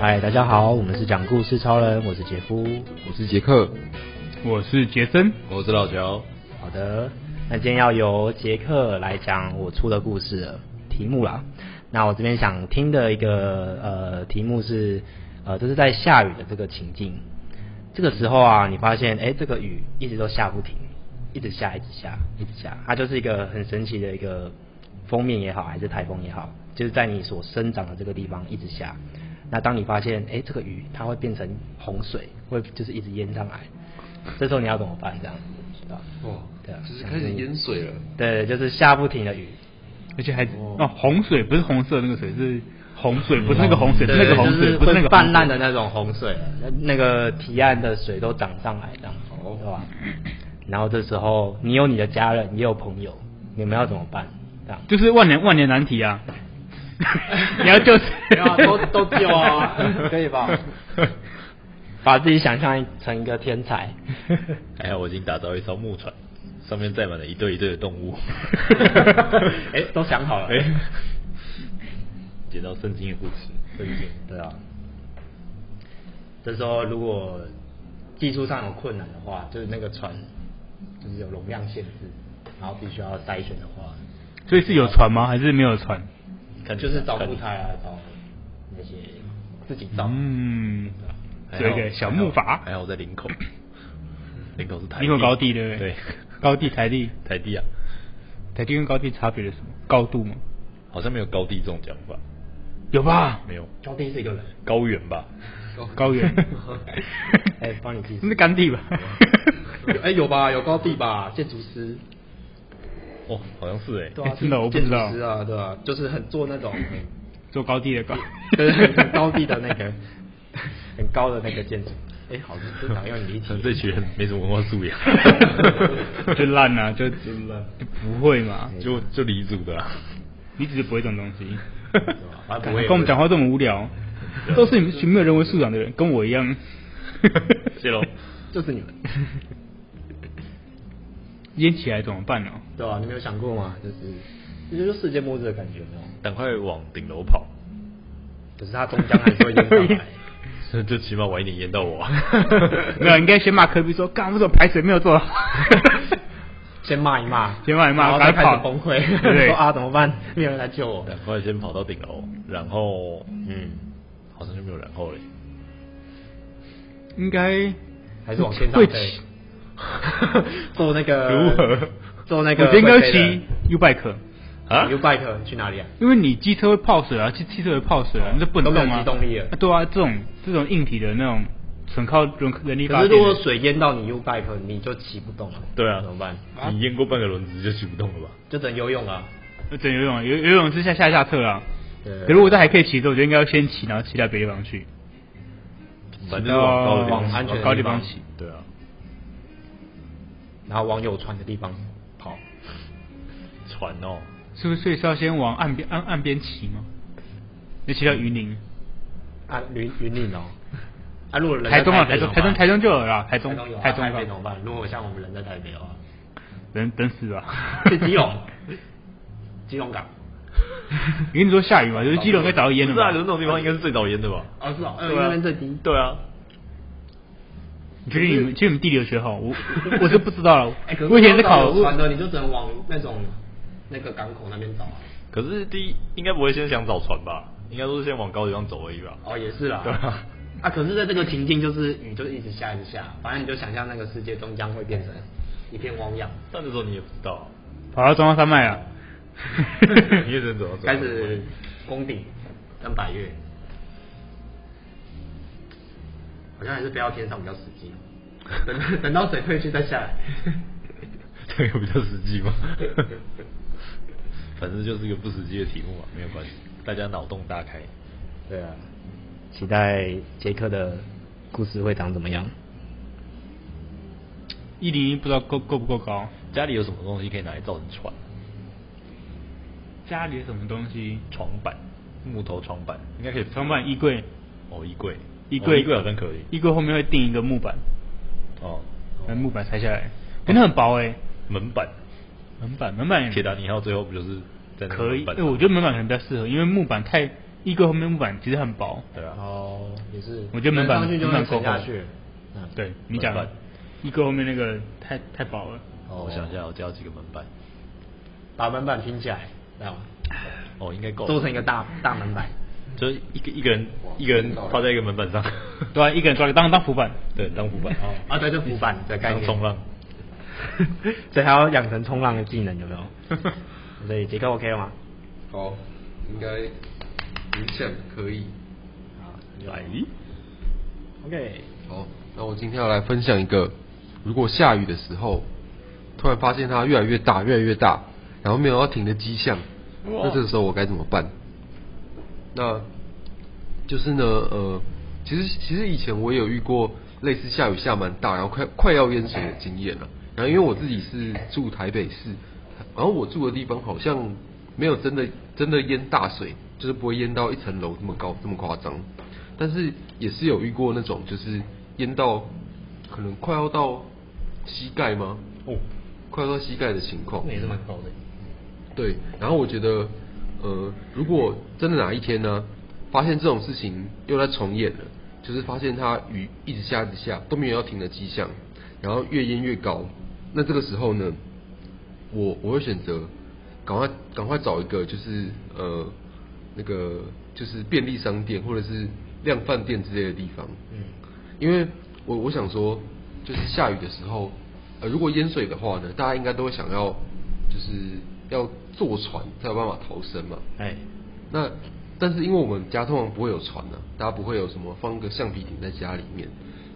嗨，大家好，我们是讲故事超人，我是杰夫。我是杰克，我是杰森，我是老乔。好的，那今天要由杰克来讲我出的故事了题目啦。那我这边想听的一个呃题目是，呃，这是在下雨的这个情境。这个时候啊，你发现哎、诶这个雨一直都下不停，一直下，一直下，一直下，它就是一个很神奇的一个封面也好，还是台风也好，就是在你所生长的这个地方一直下。那当你发现哎、诶这个雨它会变成洪水，会就是一直淹上来，这时候你要怎么办？这样知道？哇对啊，哦就是开始淹水了。对，就是下不停的雨。而且还哦哦洪水不是红色那个水，是洪水，不是那个洪水，哦对是那个洪就是水，不是会那啊个泛滥洪的水。那种洪水，那那个堤岸的水都涨上来，这样，哦对吧？然后这时候你有你的家人，也有朋友，你们要怎么办？这样，就是万年万年难题 啊！ 你要救谁？都都救 啊，可以吧？ 把自己想象成一个天才， 还好哎我已经打造一艘木船，上面载满了一对一对的动 物。哎都想好了哎、捡到圣经的故事，圣经对啊。这时候如果技术上有困难的话，就是那个船就是有容量限制，然后必须要筛选的话，所以是有船吗？还是没有船？看你就是找看你木材啊，找那些自己造。嗯，还好做一个小木还好筏，还好我在林口，林口是台你有高地对对不对？， 高地台地， 台地啊，台地跟高地差别是什么？高度吗？好像没有高地这种讲法，有吧？没有高低是一个人，。高原吧？高原 哎帮你记 那是甘地吧？ 哎、有吧？有高地吧？建筑师，哦，好像是哎、对啊，哎真的我不建知筑道师啊，对啊，就是很做那种很， 做高地 的高，就是很高地的那 个，很高的那个建筑。哎、好，这这好像离可题。能 这群人没什么文化 素养， 就烂啊，就就不会嘛，就就离组的、啊，你只是不会这种东 西。反啊正跟不会。我们讲话这么无聊，都是你们没有人文素养的人，跟我一样。谢 喽。 就是你们，淹起来怎么办呢、哦对吧、啊？你没有想过吗？就是，这就是世界末日的感觉，有没有？赶快往顶楼跑，可是它终将还是会淹上 来。就起码晚一点淹到我啊。 没有，应该先骂科比说，干，为什么排水没有做好？ 先骂一骂，先骂一骂然后再赶快开始崩跑溃，对说啊怎么办？没有人来救我。赶快先跑到顶楼，然后嗯，好像就没有然后嘞。应该还是往天上会飞 骑，做那个如何做那个我觉得应该会飞骑 U bike，的啊 U bike 去哪里啊？因为你机车会泡水啊，汽汽车会泡水啊，你这不能哦都没有动啊。机动力了啊对啊，这种这种硬体的那种，纯靠人人力可发是电如果的。水淹到你 U bike，你就骑不动了。对啊怎么办？啊你淹过半个轮子就骑不动了吧？就只能游泳啊。整游泳，游游泳是下下下策啊。对可如果这还可以骑的，我觉得应该要先骑，然后骑到别的地方去。反正就是往高的地哦方安全的骑高地方骑。对啊，然后往有船的地方跑，船哦，是不是？所以是要先往岸边岸岸边骑吗？要骑到云林、啊云云岭哦，啊如果人在台中啊，北台怎中、台么中、办台中就有了啦，台中、有啊台台中北怎吧，么办？如果像我们人在台北的 话，等等死 吧。去基隆，基隆 港。我 跟你说下雨嘛，就是基隆该早就淹了不是啊，那嘛。种地方应该是最早淹的吧？哦是哦，对啊因为那边最低。对啊，你确定你们，其实你们地理有学好，我我我是不 知道了 哎，可。我以前是考，船我的，你就只能往那种那个港口那边找啊。可是第一应该不会先想找船吧？应该都是先往高的地方走而已吧？哦，也是啦。对啊。啊，可是，在这个情境，就是雨就一直下，一直下，反正你就想象那个世界终将会变成一片汪 洋，但那时候你也不知道啊，跑到中央山脉啊了。你也只能走到中 央开始攻顶跟百越。好像还是不要天上比较实际，等等到水退去再下 来。这个比较实际 吗？反正就是一个不实际的题目嘛，没有关系，大家脑洞大开。对啊，期待杰克的故事会长怎么样？ 一零一不知道够够不够高？家里有什么东西可以拿来造成船？家里有什么东西？床板，木头床板，应该可以。床板、衣柜、哦，衣柜，衣哦柜、衣柜好像可以。衣柜后面会钉一个木板，哦，把木板拆下来，哎那很薄哎。门板，门板，门板铁达尼号最后不就是在那个可以，门板哎，上我觉得门板可能比较适合，因为木板太一个后面木板其实很薄。对啊，哦，也是，我觉得门板上去就门会板够沉下厚去。嗯，对你讲门板一个后面那个太太薄了，哦我想一下，我家有几个门板？把门板拼起来，这样吗哦，应该够了，做成一个大大门板。就是一个一个人一个人趴在一个门板上，对啊，一个人抓个当当浮板，对，当浮板，哦啊，对，就浮板的概当念。冲浪， 所以还要养成冲浪的技能，有没有？所以杰克 OK 吗？好，应该影响可以。好来， ，OK，好，那我今天要来分享一个，如果下雨的时候，突然发现它越来越大，越来越大，然后没有要停的迹象，哇那这个时候我该怎么办？那就是呢，呃，其实其实以前我也有遇过类似下雨下蛮大，然后快快要淹水的经验了。然后因为我自己是住台北市，然后我住的地方好像没有真的真的淹大水，就是不会淹到一层楼这么高这么夸张。但是也是有遇过那种就是淹到可能快要到膝盖吗？哦，快要到膝盖的情况。也是蛮高的。对，然后我觉得，呃，如果真的哪一天呢，发现这种事情又在重演了，就是发现它雨一直下一直下都没有要停的迹象，然后越淹越高，那这个时候呢，我我会选择赶快赶快找一个就是呃那个就是便利商店或者是量贩店之类的地方，嗯，因为我我想说，就是下雨的时候，呃，如果淹水的话呢，大家应该都会想要，就是要坐船才有办法逃生嘛。哎，那但是因为我们家通常不会有船呢、大家不会有什么放个橡皮艇在家里面，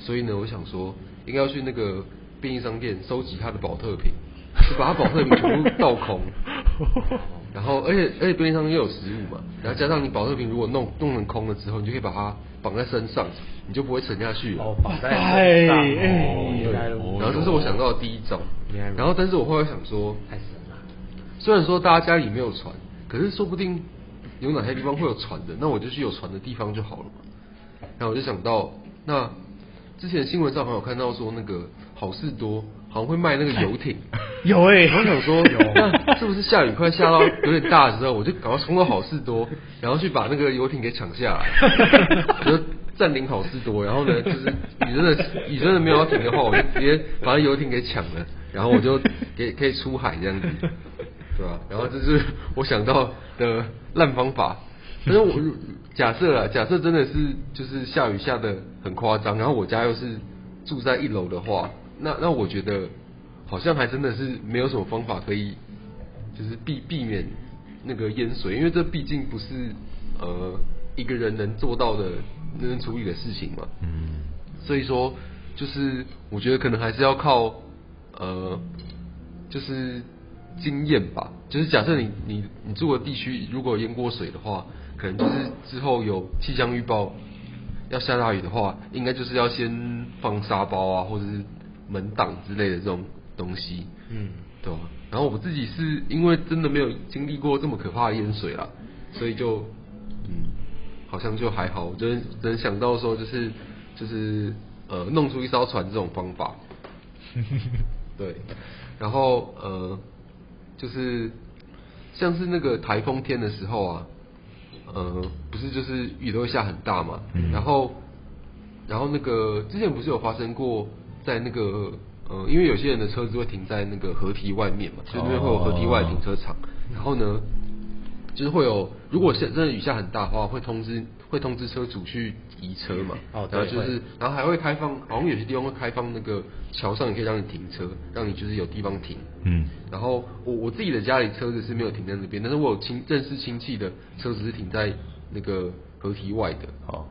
所以呢，我想说应该要去那个便利商店收集它的保特瓶，就把它保特瓶全部倒空。然后，而且而且便利商店又有食物嘛，然后加上你保特瓶如果弄弄成空了之后，你就可以把它绑在身上，你就不会沉下去了。哦，绑在身上，哎哎哦原来如此对，然后这是我想到的第一招原来如。此然后，但是我后来想说，太神了。虽然说大家家里没有船，可是说不定有哪些地方会有船的，那我就去有船的地方就好了嘛。然后我就想到，那之前新闻上好像有看到说，那个好事多好像会卖那个游艇。 有哎、然后想说，那是不是下雨快下到有点大的时候，我就赶快冲到好事多，然后去把那个游艇给抢下来， 我就占领好事多。然后呢，就是你真的你真的没有要停的话，我就直接把那游艇给抢了，然后我就给可以出海这样子，对吧、然后这是我想到的烂方法。但是我如假设啊，假设真的是就是下雨下的很夸张，然后我家又是住在一楼的话，那那我觉得好像还真的是没有什么方法可以，就是避避免那个淹水，因为这毕竟不是呃一个人能做到的、能处理的事情嘛。嗯，所以说，就是我觉得可能还是要靠呃，就是经验吧。就是假设你你你住的地区如果淹过水的话，可能就是之后有气象预报要下大雨的话，应该就是要先放沙包啊，或者是门挡之类的这种东西。嗯，对啊、然后我自己是因为真的没有经历过这么可怕的淹水啦，所以就嗯，好像就还好。我只能只能想到说，就是就是呃，弄出一艘船这种方法。对，然后呃，就是像是那个台风天的时候啊，呃，不是就是雨都会下很大嘛，然后然后那个之前不是有发生过在那个呃，因为有些人的车子会停在那个河堤外面嘛，哦就那边会有河堤外停车场，然后呢，就是会有如果下真的雨下很大的话，会通知会通知车主去移车嘛，哦对然后就会是然后还会开放，好像有些地方会开放那个桥上也可以让你停车，让你就是有地方停。嗯。然后我我自己的家里车子是没有停在那边，但是我有亲认识亲戚的车子是停在那个河堤外的。哦好，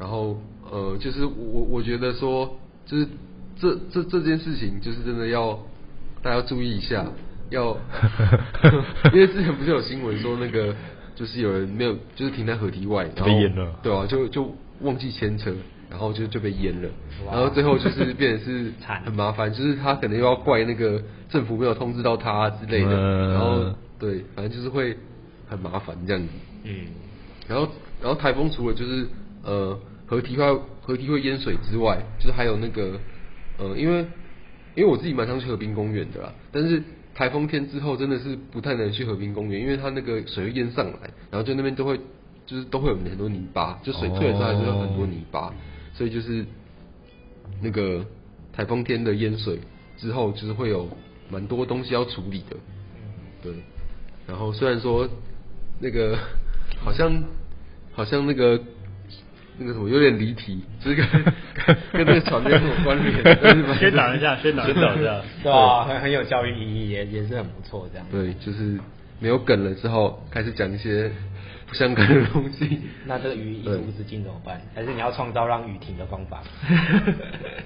然后呃，就是我我我觉得说，就是这这这件事情，就是真的要大家要注意一下， 要因为之前不是有新闻说那个就是有人没有就是停在河堤外，然后被淹了对啊，就就忘记牵车。然后就就被淹了，然后最后就是变 成是惨很麻烦，就是他可能又要怪那个政府没有通知到他之类的，嗯然后对，反正就是会很麻烦这样子。嗯，然后，然后台风除了就是呃河堤会河堤会淹水之外，就是还有那个呃，因为因为我自己蛮常去河滨公园的啦，但是台风天之后真的是不太能去和平公园，因为它那个水会淹上来，然后就那边都会就是都会有很多泥巴，就水退了之后还是会有很多泥巴，所以就是那个台风天的淹水之后，就是会有蛮多东西要处理的，对。然后虽然说那个 好像好像那个那个什么有点离题，就是跟 跟那个船没有什么关 联，但是蛮宣导一下，宣导一下，对啊，很很有教育意义，也也是很不错这样。对，就是没有梗了之后，开始讲一些 不相干的东西。 那这个鱼一直无止境怎么办？还是你要创造让雨停的方法？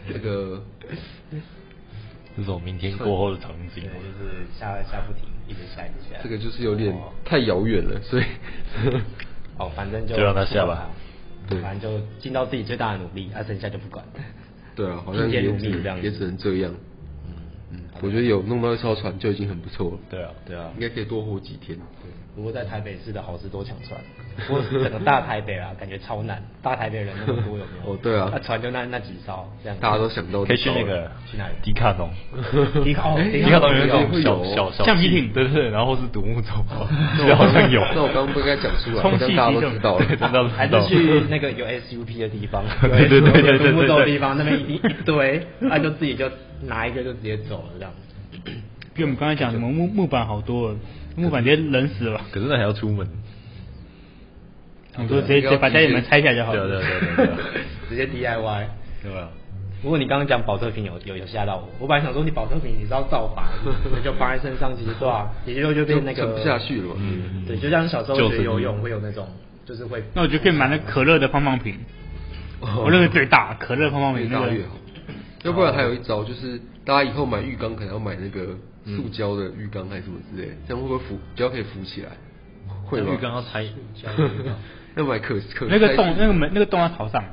那个这种明天过后的场对，，景就是下下不停，一直下一直下。这个就是有点太遥远了，所以哦，反正就就让它下吧对反正就尽到自己最大的努力，啊，剩下就不管。对啊，好像拼也贴努只力这样子也只能这样。嗯，我觉得有弄到一艘船就已经很不错了。对啊，对啊应，该可以多活几天。不过在台北市的好事多抢船，不过整个大台北啊，感 觉超难。大台北人那么多，有没有？哦对啊那船就那那几艘，这样大家都想到可以去那个去哪里迪卡侬。迪 卡侬迪卡侬有有那种会有小哦小小橡皮溪艇对对对，然后是独木舟， 那对，我好刚像有。那我刚刚不应该讲出来，充好气像大家机都这知种道了。对真的还是去那个有 SUP 的地方，有 对对对对 SUP 有对独木舟的地方，那对边一一堆，他就自己就拿一个就直接走了这样。比我们刚才讲什么木木板好多了，木板直接冷死了。可是那还要出门，啊我说直接直接把家里门拆下来就好对啊对了啊。对啊对 啊直接 DIY。对啊吧？不过你刚刚讲保特瓶有有有吓到我，我本来想说你保特瓶你是要造 反，你就放在身上，其实对吧？其实就变那就个沉不下去了嘛嗯，对，就像小时候救学生游衣泳会有那种，就是会那我 就可以买那可乐的胖胖瓶，哦我那个最大，哦可乐胖胖越瓶那大个越好。要不然还有一招就是，大家以后买浴缸可能要买那个塑胶的浴缸还是什么之类的，这样会不会浮？比较可以浮起来？会吗浴？缸要拆， 要买可可那个洞塞，那个门，那个洞要朝上，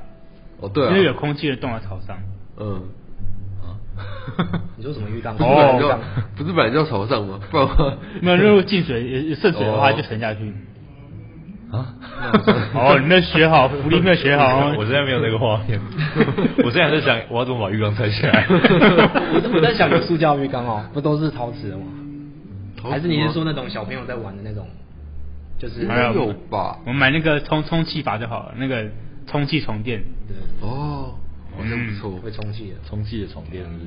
哦对啊，那个有空气的洞要朝上。嗯，啊 你说什么浴哦缸不是本来浴缸就要不是本来就要朝上吗？不然的话没有，如果进水也也渗水的话哦就沉下去。啊？ 哦，你没有学好，福利没有学好。 我现在没有那个画 面，我 现在在想我要怎么把浴缸拆下 来。我我在想有塑胶浴缸哦，不都是陶瓷的吗？陶瓷吗还是你是说那种小朋友在玩的那种？ 就是应哎呀该有 吧？我买那个充充气阀就好了，那个充气床垫。对，哦， 好像不错。会充气的。充气的床垫是不是？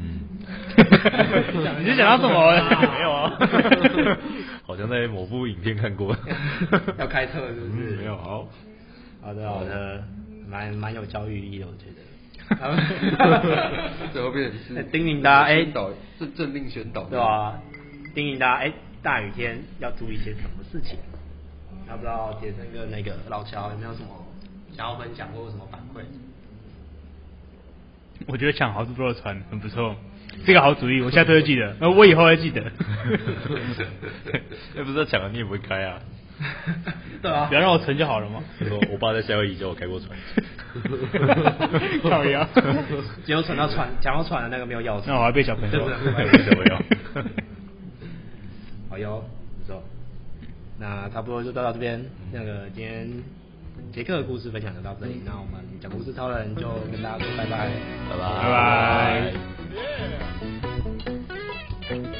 嗯， 你是想到 什么？没有啊， 好像在某部影片看过。嗯要开车是不嗯是？没有，好， 好的好的，蛮蛮有教育意义的，我觉得。 最后变成是 叮咛大家，哎宣，导政政令宣导对吧、啊叮咛大家，哎，大雨天要注意些什么事情？要不知道杰森跟那个老乔有没有什么想要分享或有什么反馈？ 我觉得抢豪猪肉的船很不错，这个好主意，我下次会记 得，那我以后会记得。 哎那不是抢了你也不会开啊？对啊不，要让我沉就好了嘛。他说我爸在夏威夷叫我开 过船， 靠 腰，结果传到船，讲到船的那个没有钥匙那，我还被小朋对不友 对。小朋友。好哟，不错。那差不多就到到这边。那个今天杰克的故事分享就到这里，那我们讲故事超人就跟大家说拜拜。拜拜拜拜拜。